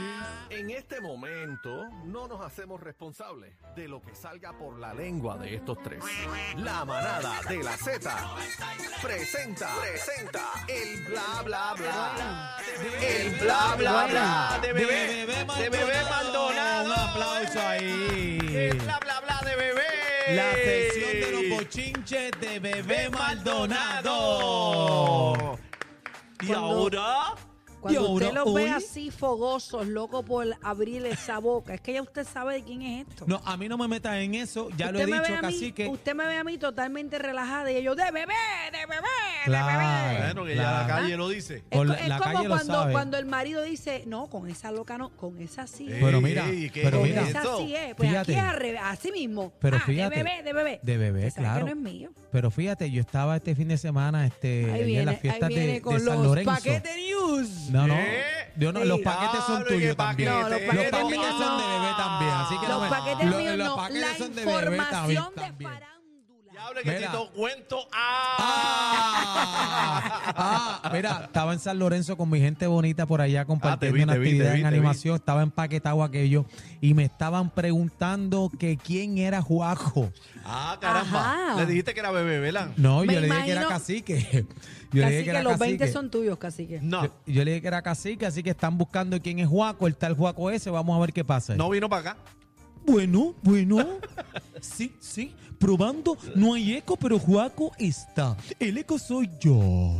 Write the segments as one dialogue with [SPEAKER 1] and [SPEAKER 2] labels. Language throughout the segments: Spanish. [SPEAKER 1] is.
[SPEAKER 2] En este momento no nos hacemos responsables de lo que salga por la lengua de estos tres. La manada de la Z presenta, presenta el bla bla bla. El bla bla bla Ah, de bebé, de bebé
[SPEAKER 1] Un
[SPEAKER 2] Maldonado.
[SPEAKER 1] aplauso ahí.
[SPEAKER 2] El bla bla bla de bebé.
[SPEAKER 1] La sección de los bochinches de Bebé Maldonado. Y
[SPEAKER 3] Cuando-
[SPEAKER 1] ahora. y
[SPEAKER 3] Cuando
[SPEAKER 1] ahora
[SPEAKER 3] usted los
[SPEAKER 1] hoy-
[SPEAKER 3] ve así fogosos, loco por abrir esa boca, es que ya usted sabe de quién es esto.
[SPEAKER 1] No, a mí no me metas en eso. Ya lo he
[SPEAKER 3] usted me ve
[SPEAKER 1] dicho,
[SPEAKER 3] a mí,
[SPEAKER 1] cacique.
[SPEAKER 3] Usted me ve a mí totalmente relajada y yo, de bebé, de bebé, de bebé.
[SPEAKER 1] Claro.
[SPEAKER 4] Bueno, que ya la
[SPEAKER 1] claro.
[SPEAKER 4] calle lo dice.
[SPEAKER 3] Es,
[SPEAKER 1] Por
[SPEAKER 3] co-
[SPEAKER 1] la-
[SPEAKER 3] es
[SPEAKER 1] la calle
[SPEAKER 3] como
[SPEAKER 1] lo
[SPEAKER 3] cuando,
[SPEAKER 1] sabe.
[SPEAKER 3] cuando el marido dice, no, con esa loca no, con esa sí.
[SPEAKER 4] Ey,
[SPEAKER 1] Pero mira,
[SPEAKER 4] ¿qué
[SPEAKER 1] pero
[SPEAKER 3] con
[SPEAKER 4] es
[SPEAKER 1] mira.
[SPEAKER 3] esa
[SPEAKER 4] eso?
[SPEAKER 3] sí es. Pues
[SPEAKER 1] Fíjate.
[SPEAKER 3] aquí es al revés, así mismo.
[SPEAKER 1] Pero
[SPEAKER 3] Ah,
[SPEAKER 1] fíjate.
[SPEAKER 3] de bebé, de bebé.
[SPEAKER 1] De bebé,
[SPEAKER 3] Usted sabe
[SPEAKER 1] claro.
[SPEAKER 3] que no es mío.
[SPEAKER 1] Pero fíjate, yo estaba este fin de semana este,
[SPEAKER 3] Ahí
[SPEAKER 1] allí en
[SPEAKER 3] viene,
[SPEAKER 1] las
[SPEAKER 3] ahí
[SPEAKER 1] fiestas de,
[SPEAKER 3] viene
[SPEAKER 1] de
[SPEAKER 3] con
[SPEAKER 1] San
[SPEAKER 3] los
[SPEAKER 1] Lorenzo.
[SPEAKER 3] paquete news.
[SPEAKER 1] No, no.
[SPEAKER 4] ¿Eh?
[SPEAKER 1] Yo no, los paquetes son
[SPEAKER 4] Diablo, ¿y qué
[SPEAKER 1] tuyos también.
[SPEAKER 4] paquete?
[SPEAKER 3] No, los
[SPEAKER 1] Los
[SPEAKER 3] paquetes
[SPEAKER 1] paquetes
[SPEAKER 3] míos.
[SPEAKER 1] son de bebé también. Así que no
[SPEAKER 3] Los
[SPEAKER 1] me-
[SPEAKER 3] paquetes
[SPEAKER 1] lo-
[SPEAKER 3] míos
[SPEAKER 1] los
[SPEAKER 3] no,
[SPEAKER 1] paquetes
[SPEAKER 3] la
[SPEAKER 1] son de bebé también,
[SPEAKER 3] información de
[SPEAKER 1] también.
[SPEAKER 3] farándula.
[SPEAKER 4] Hable que
[SPEAKER 1] Mira.
[SPEAKER 4] Tito cuento. ¡Ah!
[SPEAKER 1] Ah, Ah, mira, estaba en San Lorenzo con mi gente bonita por allá compartiendo
[SPEAKER 4] vi,
[SPEAKER 1] una
[SPEAKER 4] Ah, te vi, te
[SPEAKER 1] actividad
[SPEAKER 4] vi,
[SPEAKER 1] en
[SPEAKER 4] te vi.
[SPEAKER 1] animación, estaba empaquetado aquello y me estaban preguntando que quién era Juaco.
[SPEAKER 4] ¡Ah, caramba!
[SPEAKER 3] Ajá.
[SPEAKER 4] Le dijiste que era bebé, ¿verdad?
[SPEAKER 1] No,
[SPEAKER 3] Me
[SPEAKER 1] yo le dije que era
[SPEAKER 3] imagino-
[SPEAKER 1] cacique. Yo le
[SPEAKER 3] Así
[SPEAKER 1] dije que
[SPEAKER 3] que
[SPEAKER 1] era
[SPEAKER 3] los 20
[SPEAKER 1] cacique.
[SPEAKER 3] son tuyos, cacique.
[SPEAKER 4] No,
[SPEAKER 1] Yo, yo le dije que era cacique, así que están buscando quién es Juaco, el tal Juaco ese, vamos a ver qué pasa.
[SPEAKER 4] no vino para acá.
[SPEAKER 1] Bueno, bueno. Sí, sí. Probando. No hay eco, pero Juaco está. El eco soy yo.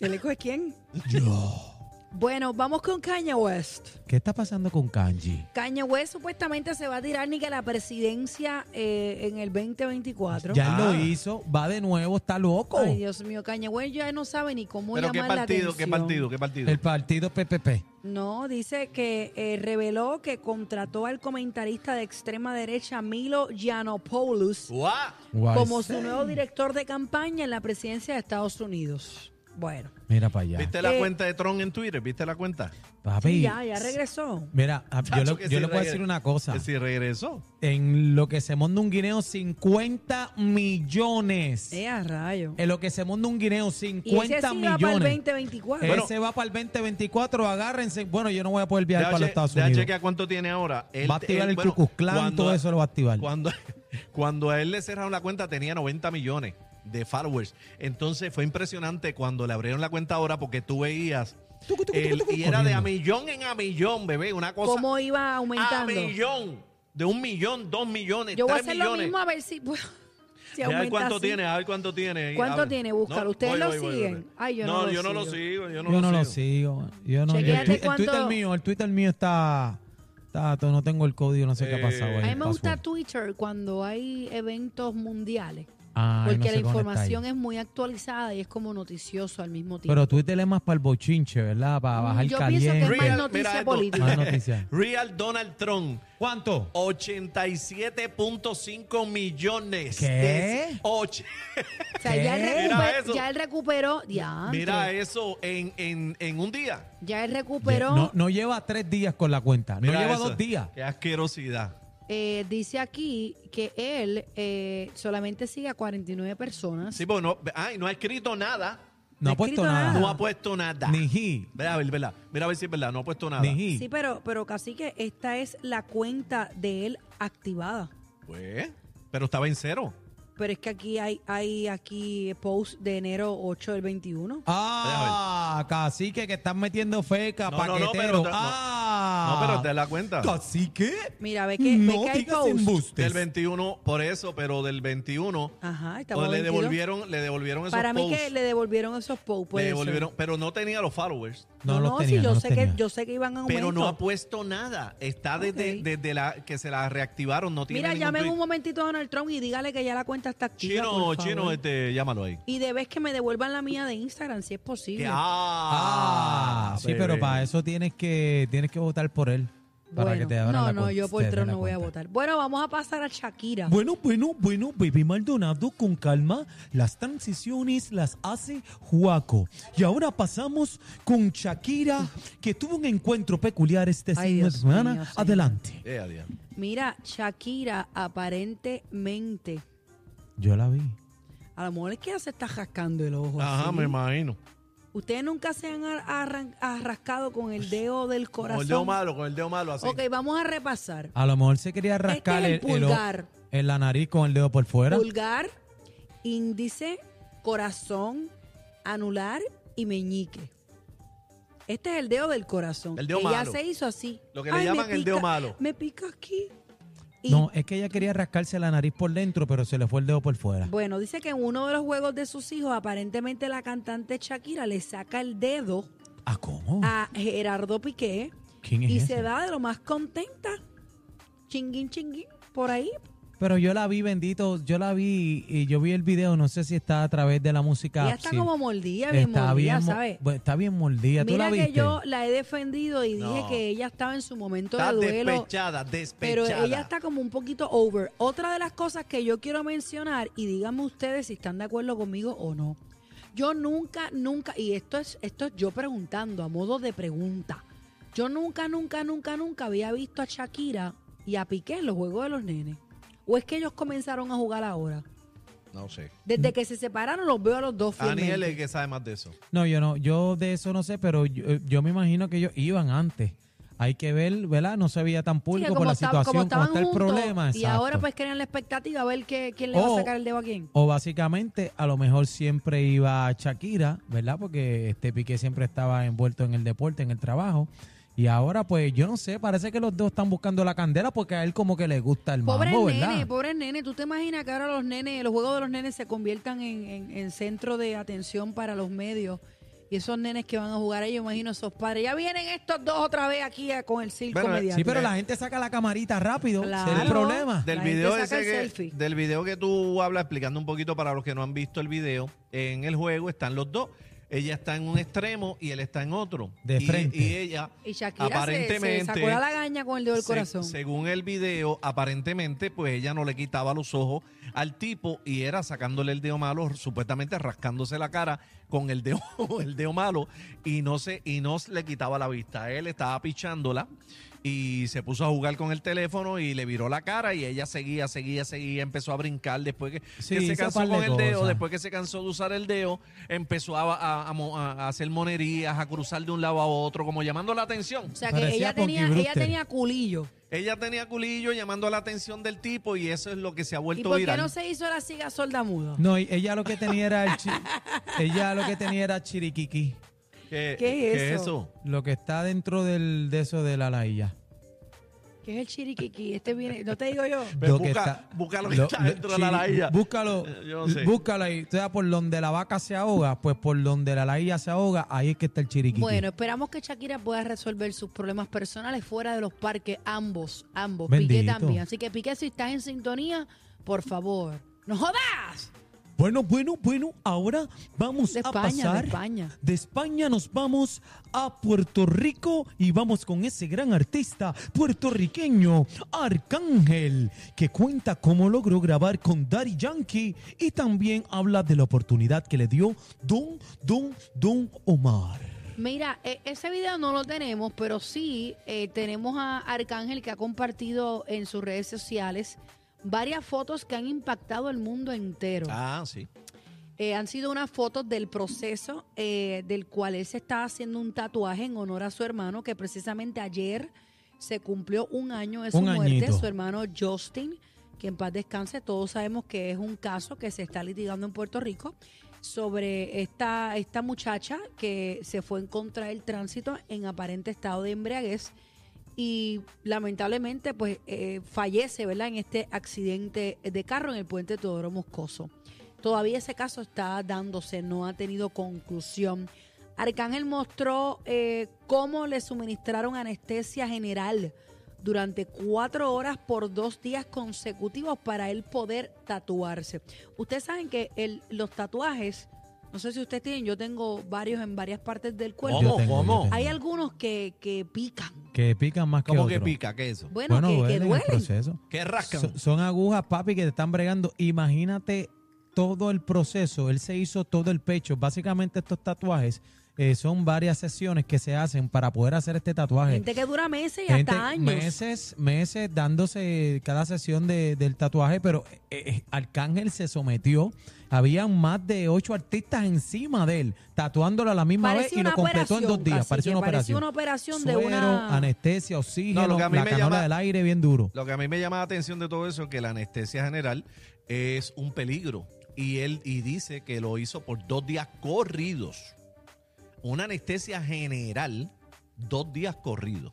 [SPEAKER 3] ¿El eco es quién?
[SPEAKER 1] Yo.
[SPEAKER 3] Bueno, vamos con Kanye West.
[SPEAKER 1] ¿Qué está pasando con Kanji?
[SPEAKER 3] Kanye West supuestamente se va a tirar ni que la presidencia eh, en el 2024.
[SPEAKER 1] Ya él
[SPEAKER 4] Ah.
[SPEAKER 1] lo hizo. Va de nuevo. Está loco.
[SPEAKER 3] Ay, Dios mío, Kanye West ya no sabe ni cómo
[SPEAKER 4] ¿Pero qué
[SPEAKER 3] llamar la
[SPEAKER 4] partido,
[SPEAKER 3] atención.
[SPEAKER 4] qué partido, qué partido?
[SPEAKER 1] El partido PPP.
[SPEAKER 3] No, dice que eh, reveló que contrató al comentarista de extrema derecha Milo Yiannopoulos
[SPEAKER 4] ¡Guau!
[SPEAKER 1] Guay,
[SPEAKER 3] como
[SPEAKER 1] sí.
[SPEAKER 3] su nuevo director de campaña en la presidencia de Estados Unidos. Bueno,
[SPEAKER 1] Mira para allá.
[SPEAKER 4] ¿Viste la
[SPEAKER 3] Eh,
[SPEAKER 4] cuenta de Tron en Twitter? ¿Viste la cuenta?
[SPEAKER 1] Papi.
[SPEAKER 3] ya, ya regresó.
[SPEAKER 1] Mira, ah, yo,
[SPEAKER 4] Chacho,
[SPEAKER 1] le-
[SPEAKER 4] que
[SPEAKER 1] yo
[SPEAKER 4] si
[SPEAKER 1] le puedo
[SPEAKER 4] regre-
[SPEAKER 1] decir una cosa.
[SPEAKER 4] Que si regresó.
[SPEAKER 1] En lo que se monta un guineo, 50 millones.
[SPEAKER 3] Eh, a rayo.
[SPEAKER 1] En lo que se monta un guineo, 50
[SPEAKER 3] Y ese sí va
[SPEAKER 1] millones. Eh,
[SPEAKER 3] para el 2024.
[SPEAKER 4] Bueno.
[SPEAKER 1] Ese va para el 2024, agárrense. Bueno, yo no voy a poder viajar
[SPEAKER 4] Deja
[SPEAKER 1] para los
[SPEAKER 4] che-
[SPEAKER 1] Estados
[SPEAKER 4] deja
[SPEAKER 1] Unidos.
[SPEAKER 4] chequear cuánto tiene ahora. Él-
[SPEAKER 1] va a activar
[SPEAKER 4] él,
[SPEAKER 1] el
[SPEAKER 4] bueno,
[SPEAKER 1] Cucuzclán,
[SPEAKER 4] cuando-
[SPEAKER 1] todo eso lo va a activar.
[SPEAKER 4] Cuando, cuando a él le cerraron la cuenta tenía 90 millones de followers. Entonces fue impresionante cuando le abrieron la cuenta ahora porque tú veías.
[SPEAKER 1] Tucu, tucu,
[SPEAKER 4] el-
[SPEAKER 1] tucu, tucu,
[SPEAKER 4] y era de a
[SPEAKER 1] corriendo.
[SPEAKER 4] millón en a millón, bebé. Una cosa.
[SPEAKER 3] ¿Cómo iba
[SPEAKER 4] a
[SPEAKER 3] aumentando?
[SPEAKER 4] millón. De un millón, dos millones,
[SPEAKER 3] Yo voy a
[SPEAKER 4] Ah, tres
[SPEAKER 3] hacer
[SPEAKER 4] millones.
[SPEAKER 3] lo mismo a ver si, puedo- si
[SPEAKER 4] a ver
[SPEAKER 3] aumenta
[SPEAKER 4] cuánto
[SPEAKER 3] así.
[SPEAKER 4] tiene, a ver cuánto tiene.
[SPEAKER 3] ¿Cuánto
[SPEAKER 4] A ver.
[SPEAKER 3] tiene? Búscalo. ¿Ustedes lo siguen? Ay, yo no lo
[SPEAKER 4] yo no lo
[SPEAKER 3] sigo.
[SPEAKER 4] sigo. Yo no,
[SPEAKER 1] yo
[SPEAKER 4] lo,
[SPEAKER 1] no lo
[SPEAKER 4] sigo.
[SPEAKER 1] sigo. Yo no,
[SPEAKER 3] Chequéate
[SPEAKER 1] el, twi- el
[SPEAKER 3] cuánto-
[SPEAKER 1] Twitter mío, el Twitter mío está, está todo, no tengo el código, no sé qué ha
[SPEAKER 4] Eh,
[SPEAKER 1] pasado. ahí,
[SPEAKER 3] A mí
[SPEAKER 1] el
[SPEAKER 3] me gusta
[SPEAKER 1] password.
[SPEAKER 3] Twitter cuando hay eventos mundiales,
[SPEAKER 1] Ah, ahí no
[SPEAKER 3] porque
[SPEAKER 1] se
[SPEAKER 3] la
[SPEAKER 1] conecta
[SPEAKER 3] información
[SPEAKER 1] ahí.
[SPEAKER 3] es muy actualizada y es como noticioso al mismo tiempo.
[SPEAKER 1] Pero Twitter es más para el bochinche, ¿verdad? Para
[SPEAKER 3] Mm,
[SPEAKER 1] bajar
[SPEAKER 3] yo pienso que
[SPEAKER 1] caliente.
[SPEAKER 3] es más
[SPEAKER 4] Real, mira
[SPEAKER 3] noticia
[SPEAKER 4] esto.
[SPEAKER 3] política.
[SPEAKER 1] Más noticias.
[SPEAKER 4] Real Donald Trump.
[SPEAKER 1] ¿Cuánto?
[SPEAKER 4] 87.5 millones.
[SPEAKER 1] ¿Qué?
[SPEAKER 4] de- och-
[SPEAKER 3] O sea, ya él,
[SPEAKER 1] ¿Qué?
[SPEAKER 3] recuper-
[SPEAKER 4] Mira eso.
[SPEAKER 3] ya él recuperó, ya,
[SPEAKER 4] Mira eso en, en, en un día.
[SPEAKER 3] ya él recuperó,
[SPEAKER 1] no, no lleva tres días con la cuenta.
[SPEAKER 4] Mira
[SPEAKER 1] no lleva
[SPEAKER 4] eso.
[SPEAKER 1] dos días.
[SPEAKER 4] Qué asquerosidad.
[SPEAKER 3] eh, dice aquí que él eh, solamente sigue a 49 personas.
[SPEAKER 4] Sí, porque no, ay, no ha escrito nada.
[SPEAKER 1] No
[SPEAKER 3] No
[SPEAKER 1] ha
[SPEAKER 3] ha
[SPEAKER 1] puesto
[SPEAKER 3] escrito
[SPEAKER 1] nada.
[SPEAKER 3] nada.
[SPEAKER 4] No ha puesto nada.
[SPEAKER 1] Ni he.
[SPEAKER 4] Mira, a ver, ¿verdad? Mira a ver si es verdad. No ha puesto nada.
[SPEAKER 1] Ni he.
[SPEAKER 3] Sí, pues. pero, pero casi que esta es la cuenta de él activada.
[SPEAKER 4] Pues, pero estaba en cero.
[SPEAKER 3] Pero es que aquí hay, hay aquí post de enero 8 del 21.
[SPEAKER 4] Ah,
[SPEAKER 1] Ah, cacique que están metiendo feca,
[SPEAKER 4] No, no, no,
[SPEAKER 1] paquetero.
[SPEAKER 4] pero tra- no.
[SPEAKER 1] ah,
[SPEAKER 4] No, pero te la cuenta.
[SPEAKER 1] Cacique.
[SPEAKER 3] Mira, ve que- ve
[SPEAKER 1] no
[SPEAKER 3] que hay
[SPEAKER 1] digas
[SPEAKER 3] post.
[SPEAKER 1] embustes.
[SPEAKER 4] Del 21, por eso, pero del 21.
[SPEAKER 3] Ajá, estamos
[SPEAKER 4] o le
[SPEAKER 3] 22.
[SPEAKER 4] devolvieron, le devolvieron esos
[SPEAKER 3] Para mí
[SPEAKER 4] posts.
[SPEAKER 3] que le devolvieron esos posts.
[SPEAKER 4] Le
[SPEAKER 3] puede ser.
[SPEAKER 4] devolvieron, pero no tenía los followers.
[SPEAKER 3] No, no,
[SPEAKER 1] los tenía,
[SPEAKER 3] sí, yo
[SPEAKER 1] no los
[SPEAKER 3] sé
[SPEAKER 1] tenía.
[SPEAKER 3] que yo sé que iban a aumento.
[SPEAKER 4] Pero no ha puesto nada. Está desde,
[SPEAKER 3] Ah, Ok.
[SPEAKER 4] desde la que se la reactivaron. No tiene
[SPEAKER 3] Mira,
[SPEAKER 4] ningún
[SPEAKER 3] llamen
[SPEAKER 4] tweet.
[SPEAKER 3] un momentito a Donald Trump y dígale que ya la cuenta está activa.
[SPEAKER 4] Chino,
[SPEAKER 3] por favor.
[SPEAKER 4] chino, este, llámalo ahí.
[SPEAKER 3] Y debes que me devuelvan la mía de Instagram si es posible.
[SPEAKER 4] Que-
[SPEAKER 1] Ah,
[SPEAKER 4] ah,
[SPEAKER 1] sí, pero
[SPEAKER 4] bebé.
[SPEAKER 1] para eso tienes que, tienes que votar por él. Para
[SPEAKER 3] Bueno,
[SPEAKER 1] que te abran
[SPEAKER 3] no,
[SPEAKER 1] la
[SPEAKER 3] no,
[SPEAKER 1] cuenta,
[SPEAKER 3] yo por
[SPEAKER 1] te
[SPEAKER 3] Trump
[SPEAKER 1] abran la
[SPEAKER 3] no voy a
[SPEAKER 1] cuenta.
[SPEAKER 3] votar. Bueno, vamos a pasar a Shakira.
[SPEAKER 1] Bueno, bueno, bueno, bebé Maldonado, con calma, las transiciones las hace Juaco. Y ahora pasamos con Shakira, que tuvo un encuentro peculiar este
[SPEAKER 3] Ay,
[SPEAKER 1] fin de
[SPEAKER 3] Dios
[SPEAKER 1] semana.
[SPEAKER 3] mío, señor.
[SPEAKER 1] Adelante.
[SPEAKER 4] Eh, adiós.
[SPEAKER 3] Mira, Shakira aparentemente,
[SPEAKER 1] Yo la vi.
[SPEAKER 3] a lo mejor es que ya se está rascando el ojo.
[SPEAKER 4] Ajá,
[SPEAKER 3] así.
[SPEAKER 4] me imagino.
[SPEAKER 3] Ustedes nunca se han ar- arran- arrascado con
[SPEAKER 4] Pues,
[SPEAKER 3] el dedo del
[SPEAKER 4] Con el dedo
[SPEAKER 3] corazón.
[SPEAKER 4] malo, con el dedo malo así.
[SPEAKER 3] ok, vamos a repasar.
[SPEAKER 1] A lo mejor se quería rascar
[SPEAKER 3] el
[SPEAKER 1] el, ojo-
[SPEAKER 3] pulgar.
[SPEAKER 1] en la nariz con el dedo por fuera.
[SPEAKER 3] Pulgar, índice, corazón, anular y meñique. Este es el dedo del corazón.
[SPEAKER 4] El dedo
[SPEAKER 3] que
[SPEAKER 4] malo.
[SPEAKER 3] Ya se hizo así.
[SPEAKER 4] Lo que le
[SPEAKER 3] Ay, me
[SPEAKER 4] llaman el
[SPEAKER 3] pica-
[SPEAKER 4] dedo malo.
[SPEAKER 3] Me pica aquí. Y
[SPEAKER 1] No, es que ella quería rascarse la nariz por dentro, pero se le fue el dedo por fuera.
[SPEAKER 3] bueno, dice que en uno de los juegos de sus hijos, aparentemente la cantante Shakira le saca el dedo
[SPEAKER 1] ¿Ah, cómo?
[SPEAKER 3] a Gerardo Piqué
[SPEAKER 1] ¿Quién es
[SPEAKER 3] y
[SPEAKER 1] ese?
[SPEAKER 3] se da de lo más contenta. Chinguín, chinguín, por ahí.
[SPEAKER 1] Pero yo la vi, bendito, yo la vi y yo vi el video, no sé si está a través de la música.
[SPEAKER 3] Ella está
[SPEAKER 1] sí.
[SPEAKER 3] como mordida, bien
[SPEAKER 1] Está
[SPEAKER 3] mordida,
[SPEAKER 1] bien mo-
[SPEAKER 3] ¿sabes?
[SPEAKER 1] bueno, Está bien mordida, ¿tú la
[SPEAKER 3] Mira
[SPEAKER 1] viste?
[SPEAKER 3] que yo la he defendido y dije
[SPEAKER 4] No.
[SPEAKER 3] que ella estaba en su momento
[SPEAKER 4] Está
[SPEAKER 3] de duelo.
[SPEAKER 4] despechada,
[SPEAKER 3] Pero
[SPEAKER 4] despechada.
[SPEAKER 3] ella está como un poquito over. Otra de las cosas que yo quiero mencionar, y díganme ustedes si están de acuerdo conmigo o no. Yo nunca, nunca, y esto es, esto es yo preguntando, a modo de pregunta. Yo nunca, nunca, nunca, nunca había visto a Shakira y a Piqué en los Juegos de los Nenes. ¿O es que ellos comenzaron a jugar ahora?
[SPEAKER 4] No sé.
[SPEAKER 1] Mm.
[SPEAKER 3] Desde que se separaron los veo a los dos firmemente.
[SPEAKER 4] Aniel es el que sabe más de eso.
[SPEAKER 1] No, yo no, yo de eso no sé, pero yo, yo me imagino que ellos iban antes. Hay que ver, ¿verdad? No se veía tan
[SPEAKER 3] Sí, que
[SPEAKER 1] público por la
[SPEAKER 3] estaba- como
[SPEAKER 1] situación, cómo está el
[SPEAKER 3] estaban juntos,
[SPEAKER 1] problema.
[SPEAKER 3] Y ahora
[SPEAKER 1] exacto. Oh.
[SPEAKER 3] pues crean la expectativa a ver qué, quién le va
[SPEAKER 1] O-
[SPEAKER 3] a sacar el dedo a quién.
[SPEAKER 1] O básicamente, a lo mejor siempre iba Shakira, ¿verdad? Porque este Piqué siempre estaba envuelto en el deporte, en el trabajo. Y ahora, pues, yo no sé, parece que los dos están buscando la candela porque a él como que le gusta el
[SPEAKER 3] Pobre
[SPEAKER 1] mambo,
[SPEAKER 3] nene,
[SPEAKER 1] ¿verdad?
[SPEAKER 3] pobre nene. ¿Tú te imaginas que ahora los nenes, los juegos de los nenes se conviertan en, en- en centro de atención para los medios? Y esos nenes que van a jugar ahí, yo imagino esos padres. Ya vienen estos dos otra vez aquí eh, con el circo
[SPEAKER 4] Bueno,
[SPEAKER 3] mediático.
[SPEAKER 1] Sí, pero la gente saca la camarita rápido, ese es el
[SPEAKER 3] Claro.
[SPEAKER 1] problema.
[SPEAKER 4] Del
[SPEAKER 3] La gente
[SPEAKER 4] video,
[SPEAKER 3] saca
[SPEAKER 4] ese
[SPEAKER 3] el
[SPEAKER 4] que,
[SPEAKER 3] selfie.
[SPEAKER 4] del video que tú hablas, explicando un poquito para los que no han visto el video, en el juego están los dos. Ella está en un extremo y él está en otro.
[SPEAKER 1] De
[SPEAKER 4] Y-
[SPEAKER 1] frente.
[SPEAKER 4] Y ella,
[SPEAKER 3] Y Shakira se-
[SPEAKER 4] aparentemente,
[SPEAKER 3] se, sacó la lagaña con el dedo del
[SPEAKER 4] se-
[SPEAKER 3] corazón.
[SPEAKER 4] según el video, aparentemente, pues ella no le quitaba los ojos al tipo y era sacándole el dedo malo, supuestamente rascándose la cara con el dedo, el dedo malo y no se y no le quitaba la vista. Él estaba pichándola y se puso a jugar con el teléfono y le viró la cara y ella seguía, seguía, seguía, empezó a brincar después que,
[SPEAKER 1] Sí,
[SPEAKER 4] que se
[SPEAKER 1] hizo
[SPEAKER 4] cansó
[SPEAKER 1] par de
[SPEAKER 4] con el dedo,
[SPEAKER 1] cosas.
[SPEAKER 4] después que se cansó de usar el dedo, empezó a, a- a mo- a- a hacer monerías, a cruzar de un lado a otro, como llamando la atención.
[SPEAKER 3] o sea que
[SPEAKER 1] parecía
[SPEAKER 3] ella
[SPEAKER 1] Punky
[SPEAKER 3] tenía, ella
[SPEAKER 1] Brewster.
[SPEAKER 3] tenía culillo.
[SPEAKER 4] Ella tenía culillo llamando la atención del tipo y eso es lo que se ha
[SPEAKER 3] ¿Y
[SPEAKER 4] vuelto
[SPEAKER 3] por qué
[SPEAKER 4] viral.
[SPEAKER 3] no se hizo la siga sorda muda?
[SPEAKER 1] No, y ella lo que tenía era el chi- ella lo que tenía era chiriquiqui,
[SPEAKER 4] ¿Qué,
[SPEAKER 3] ¿Qué es eso?
[SPEAKER 1] lo que está dentro del de eso de la lailla.
[SPEAKER 3] Que es el chiriquiqui. Este viene, no te digo yo.
[SPEAKER 4] Pero
[SPEAKER 1] Lo que
[SPEAKER 4] busca-
[SPEAKER 1] está-
[SPEAKER 4] busca lo que está dentro de la
[SPEAKER 1] chiri-
[SPEAKER 4] lailla.
[SPEAKER 1] Búscalo,
[SPEAKER 4] Eh, yo no sé.
[SPEAKER 1] búscalo ahí. O sea, por donde la vaca se ahoga, pues por donde la lailla se ahoga, ahí es que está el chiriquiqui.
[SPEAKER 3] Bueno, esperamos que Shakira pueda resolver sus problemas personales fuera de los parques, ambos, ambos, Piqué
[SPEAKER 1] Bendito.
[SPEAKER 3] también. Así que Piqué, si estás en sintonía, por favor, ¡no jodas!
[SPEAKER 1] Bueno, bueno, bueno, ahora vamos a
[SPEAKER 3] De España, de
[SPEAKER 1] pasar.
[SPEAKER 3] España.
[SPEAKER 1] De España nos vamos a Puerto Rico y vamos con ese gran artista puertorriqueño, Arcángel, que cuenta cómo logró grabar con Daddy Yankee y también habla de la oportunidad que le dio Don, Don, Don Omar.
[SPEAKER 3] Mira, e- ese video no lo tenemos, pero sí eh, tenemos a Arcángel que ha compartido en sus redes sociales varias fotos que han impactado el mundo entero.
[SPEAKER 4] Ah, sí.
[SPEAKER 3] Eh, han sido unas fotos del proceso eh, del cual él se está haciendo un tatuaje en honor a su hermano, que precisamente ayer se cumplió un año de su
[SPEAKER 1] Un
[SPEAKER 3] muerte,
[SPEAKER 1] añito.
[SPEAKER 3] su hermano Justin, que en paz descanse, todos sabemos que es un caso que se está litigando en Puerto Rico sobre esta, esta muchacha que se fue en contra del tránsito en aparente estado de embriaguez y lamentablemente pues eh, fallece, ¿verdad? En este accidente de carro en el puente Teodoro Moscoso. Todavía ese caso está dándose, no ha tenido conclusión. Arcángel mostró eh, cómo le suministraron anestesia general durante cuatro horas por dos días consecutivos para él poder tatuarse. Ustedes saben que el- los tatuajes, no sé si ustedes tienen, yo tengo varios en varias partes del cuerpo.
[SPEAKER 4] ¿Cómo?
[SPEAKER 1] Yo tengo, yo
[SPEAKER 4] ¿Cómo?
[SPEAKER 1] tengo.
[SPEAKER 3] Hay algunos que, que pican.
[SPEAKER 1] Que pican más que
[SPEAKER 4] ¿Cómo
[SPEAKER 1] otros.
[SPEAKER 4] que pica? ¿Qué es eso?
[SPEAKER 3] Bueno,
[SPEAKER 1] Bueno,
[SPEAKER 3] que,
[SPEAKER 1] duelen
[SPEAKER 3] que
[SPEAKER 1] en el
[SPEAKER 3] duelen.
[SPEAKER 1] proceso.
[SPEAKER 4] ¿Qué rascan?
[SPEAKER 1] Son, son agujas, papi, que te están bregando. Imagínate todo el proceso. Él se hizo todo el pecho. Básicamente estos tatuajes eh, son varias sesiones que se hacen para poder hacer este tatuaje.
[SPEAKER 3] Gente que dura meses y
[SPEAKER 1] Gente,
[SPEAKER 3] hasta años.
[SPEAKER 1] Meses, meses dándose cada sesión de- del tatuaje, pero eh, eh, Arcángel se sometió. Habían más de ocho artistas encima de él, tatuándolo a la misma
[SPEAKER 3] Parecía
[SPEAKER 1] vez y
[SPEAKER 3] una
[SPEAKER 1] lo completó en
[SPEAKER 3] operación,
[SPEAKER 1] dos días.
[SPEAKER 3] casi
[SPEAKER 1] Parecía
[SPEAKER 3] que
[SPEAKER 1] una
[SPEAKER 3] parecía
[SPEAKER 1] operación.
[SPEAKER 3] una operación de
[SPEAKER 1] Suero,
[SPEAKER 3] una-
[SPEAKER 1] anestesia, oxígeno,
[SPEAKER 4] No, lo que a mí
[SPEAKER 1] la
[SPEAKER 4] me
[SPEAKER 1] canola
[SPEAKER 4] llama-
[SPEAKER 1] del aire bien duro.
[SPEAKER 4] Lo que a mí me llama la atención de todo eso es que la anestesia general es un peligro. Y él y dice que lo hizo por dos días corridos. Una anestesia general, dos días corridos.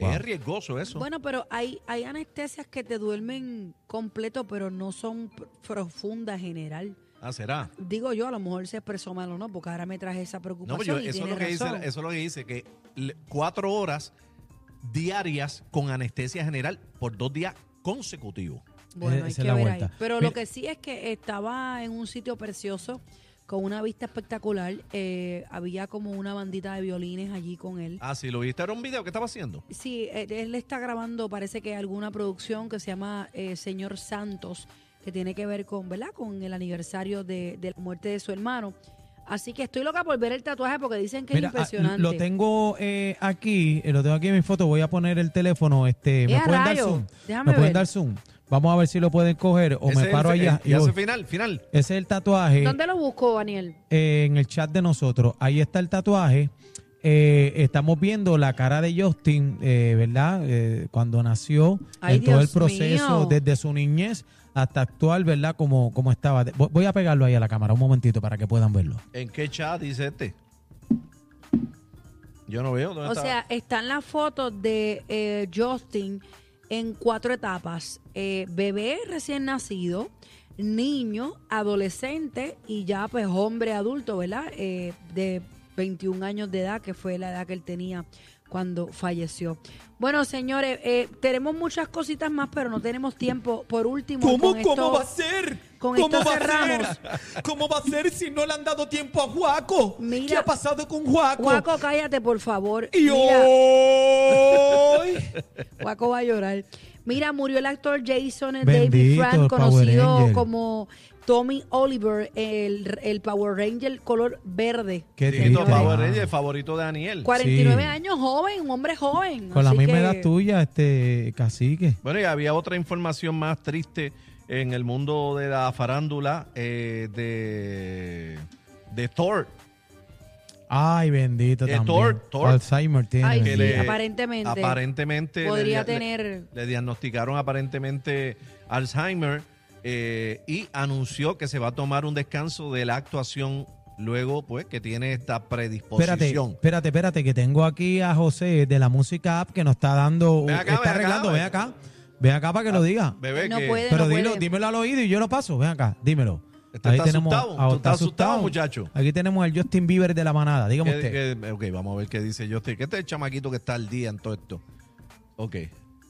[SPEAKER 1] Wow.
[SPEAKER 4] Es riesgoso eso.
[SPEAKER 3] Bueno, pero hay, hay anestesias que te duermen completo, pero no son pr- profundas general.
[SPEAKER 4] ah, será.
[SPEAKER 3] Digo yo, a lo mejor se expresó mal o no, porque ahora me traje esa
[SPEAKER 4] No,
[SPEAKER 3] preocupación
[SPEAKER 4] pues yo-
[SPEAKER 3] y
[SPEAKER 4] eso, es
[SPEAKER 3] tiene
[SPEAKER 4] lo que dice,
[SPEAKER 3] razón.
[SPEAKER 4] eso es lo que dice, que le- cuatro horas diarias con anestesia general por dos días consecutivos.
[SPEAKER 3] Bueno, hay
[SPEAKER 1] Esa es
[SPEAKER 3] que
[SPEAKER 1] la
[SPEAKER 3] ver ahí.
[SPEAKER 1] vuelta.
[SPEAKER 3] Pero lo
[SPEAKER 1] Mira-
[SPEAKER 3] que sí es que estaba en un sitio precioso, con una vista espectacular. Eh, había como una bandita de violines allí con él.
[SPEAKER 4] Ah, sí, lo viste, era un video que estaba haciendo.
[SPEAKER 3] Sí, él, él está grabando, parece que alguna producción que se llama eh, Señor Santos, que tiene que ver con, ¿verdad? Con el aniversario de, de la muerte de su hermano. Así que estoy loca por ver el tatuaje porque dicen que
[SPEAKER 1] Mira,
[SPEAKER 3] es
[SPEAKER 1] ah,
[SPEAKER 3] impresionante.
[SPEAKER 1] Lo tengo eh, aquí, eh, lo tengo aquí en mi foto. Voy a poner el teléfono. Este,
[SPEAKER 3] ¡Eh,
[SPEAKER 1] ¿Me
[SPEAKER 3] a
[SPEAKER 1] pueden dar
[SPEAKER 3] rayos!
[SPEAKER 1] zoom?
[SPEAKER 3] Déjame
[SPEAKER 1] ¿Me pueden
[SPEAKER 3] ver.
[SPEAKER 1] dar zoom? Vamos a ver si lo pueden coger o
[SPEAKER 4] Ese
[SPEAKER 1] me
[SPEAKER 4] es
[SPEAKER 1] paro
[SPEAKER 4] el,
[SPEAKER 1] allá.
[SPEAKER 4] el-
[SPEAKER 1] y
[SPEAKER 4] ya
[SPEAKER 1] voy.
[SPEAKER 4] es final, final.
[SPEAKER 1] Ese es el tatuaje.
[SPEAKER 3] ¿Dónde lo busco, Daniel?
[SPEAKER 1] eh, en el chat de nosotros. Ahí está el tatuaje. Eh, estamos viendo la cara de Justin, eh, ¿verdad? Eh, cuando nació,
[SPEAKER 3] Ay,
[SPEAKER 1] en todo
[SPEAKER 3] Dios
[SPEAKER 1] el proceso,
[SPEAKER 3] mío.
[SPEAKER 1] desde su niñez hasta actual, ¿verdad? Como, como estaba. De- vo- Voy a pegarlo ahí a la cámara un momentito para que puedan verlo.
[SPEAKER 4] ¿En qué chat dice este? Yo no veo. ¿dónde
[SPEAKER 3] O
[SPEAKER 4] está?
[SPEAKER 3] sea, están las fotos de eh, Justin en cuatro etapas. Eh, bebé recién nacido, niño, adolescente y ya pues hombre adulto, ¿verdad? Eh, de 21 años de edad, que fue la edad que él tenía cuando falleció. Bueno, señores, eh, tenemos muchas cositas más, pero no tenemos tiempo. Por último,
[SPEAKER 5] ¿Cómo,
[SPEAKER 3] con esto-
[SPEAKER 5] cómo va a ser?
[SPEAKER 3] con
[SPEAKER 5] ¿Cómo
[SPEAKER 3] esto
[SPEAKER 5] va
[SPEAKER 3] cerramos.
[SPEAKER 5] a ser? ¿Cómo va a ser si no le han dado tiempo a Juaco?
[SPEAKER 3] Mira.
[SPEAKER 5] ¿Qué ha pasado con Juaco?
[SPEAKER 3] Guaco, cállate, por favor.
[SPEAKER 5] Y
[SPEAKER 3] Mira,
[SPEAKER 5] hoy...
[SPEAKER 3] Guaco va a llorar. Mira, murió el actor Jason David
[SPEAKER 1] Bendito,
[SPEAKER 3] Frank,
[SPEAKER 1] el Power
[SPEAKER 3] conocido
[SPEAKER 1] Ranger.
[SPEAKER 3] como Tommy Oliver, el, el Power Ranger color verde.
[SPEAKER 1] Qué
[SPEAKER 4] Sí,
[SPEAKER 1] triste,
[SPEAKER 4] no, Power
[SPEAKER 1] mano.
[SPEAKER 4] Rangers, favorito de Daniel.
[SPEAKER 3] 49
[SPEAKER 1] Sí.
[SPEAKER 3] años, joven, un hombre joven.
[SPEAKER 1] Con la
[SPEAKER 3] así
[SPEAKER 1] misma
[SPEAKER 3] que-
[SPEAKER 1] edad tuya, este cacique.
[SPEAKER 4] Bueno, y había otra información más triste en el mundo de la farándula eh, de, de Thor.
[SPEAKER 1] Ay, bendito
[SPEAKER 4] Eh,
[SPEAKER 1] también.
[SPEAKER 4] Thor, Thor.
[SPEAKER 1] Alzheimer tiene.
[SPEAKER 3] Ay,
[SPEAKER 4] Que
[SPEAKER 3] sí,
[SPEAKER 4] le-
[SPEAKER 3] aparentemente.
[SPEAKER 4] aparentemente le
[SPEAKER 3] Podría
[SPEAKER 4] dia- le-
[SPEAKER 3] tener-
[SPEAKER 4] Le, diagnosticaron aparentemente Alzheimer eh, y anunció que se va a tomar un descanso de la actuación luego, pues, que tiene esta
[SPEAKER 1] Espérate,
[SPEAKER 4] predisposición.
[SPEAKER 1] espérate, espérate, que tengo aquí a José de la música app que nos está dando,
[SPEAKER 4] Ven
[SPEAKER 1] está
[SPEAKER 4] acá, ven acá,
[SPEAKER 1] arreglando,
[SPEAKER 4] ven. Ah,
[SPEAKER 1] ven acá, ven acá para que lo diga.
[SPEAKER 4] Bebé,
[SPEAKER 3] No
[SPEAKER 4] que-
[SPEAKER 3] puede.
[SPEAKER 1] Pero
[SPEAKER 3] no
[SPEAKER 1] dilo,
[SPEAKER 3] puede.
[SPEAKER 1] dímelo al oído y yo lo paso. Ven acá, dímelo.
[SPEAKER 4] Este está asustado,
[SPEAKER 1] ah,
[SPEAKER 4] tú estás asustado, muchacho.
[SPEAKER 1] Aquí tenemos al Justin Bieber de la manada. Dígame
[SPEAKER 4] que-
[SPEAKER 1] usted.
[SPEAKER 4] que- ok, vamos a ver qué dice yo. Que este es el chamaquito que está al día en todo esto. Ok.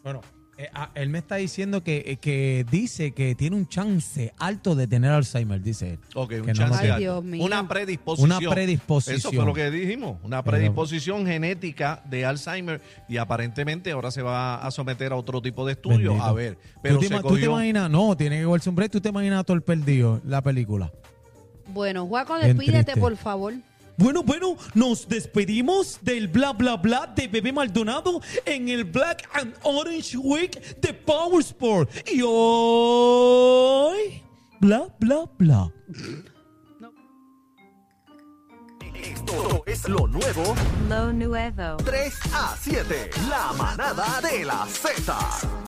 [SPEAKER 1] Bueno, eh, ah, él me está diciendo que, eh, que dice que tiene un chance alto de tener Alzheimer, dice él.
[SPEAKER 4] Ok,
[SPEAKER 1] Que
[SPEAKER 4] un
[SPEAKER 1] no
[SPEAKER 4] chance
[SPEAKER 1] lo
[SPEAKER 3] Ay,
[SPEAKER 1] tiene.
[SPEAKER 4] alto.
[SPEAKER 3] Dios mío.
[SPEAKER 4] Una predisposición.
[SPEAKER 1] Una predisposición. Eh,
[SPEAKER 4] Eso fue lo que dijimos. Una
[SPEAKER 1] Pero-
[SPEAKER 4] predisposición genética de Alzheimer y aparentemente ahora se va a someter a otro tipo de estudio.
[SPEAKER 1] Bendito.
[SPEAKER 4] A ver,
[SPEAKER 1] ¿Tú
[SPEAKER 4] pero
[SPEAKER 1] te,
[SPEAKER 4] se
[SPEAKER 1] ima- tú te
[SPEAKER 4] cogió-
[SPEAKER 1] imaginas? No, tiene que volverse un break. ¿Tú te imaginas a todo el perdido la película?
[SPEAKER 3] Bueno, Guaco,
[SPEAKER 1] Bien
[SPEAKER 3] despídete,
[SPEAKER 1] triste.
[SPEAKER 3] por favor.
[SPEAKER 5] Bueno, bueno, nos despedimos del bla bla bla de Bebé Maldonado en el Black and Orange Week de Power Sport. Y hoy, bla bla bla.
[SPEAKER 2] Esto es lo nuevo
[SPEAKER 6] Lo Nuevo.
[SPEAKER 2] 3 a 7. La manada de la Z.